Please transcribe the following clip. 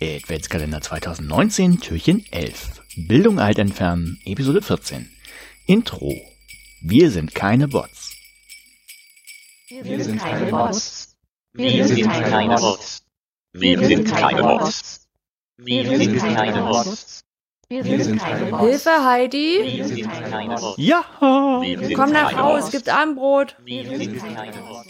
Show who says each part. Speaker 1: Adventskalender 2019, Türchen 11. Bildung alt entfernen, Episode 14. Intro. Wir sind keine Bots.
Speaker 2: Wir sind keine Bots.
Speaker 3: Wir sind keine Bots. Wir sind keine Bots. Wir sind keine Bots.
Speaker 2: Wir sind keine Bots.
Speaker 4: Hilfe, Heidi!
Speaker 3: Wir sind keine Bots.
Speaker 1: Ja!
Speaker 3: Wir sind
Speaker 4: Komm nach
Speaker 3: keine
Speaker 4: Hause,
Speaker 3: Bots.
Speaker 4: es gibt Abendbrot.
Speaker 3: Wir sind keine Bots.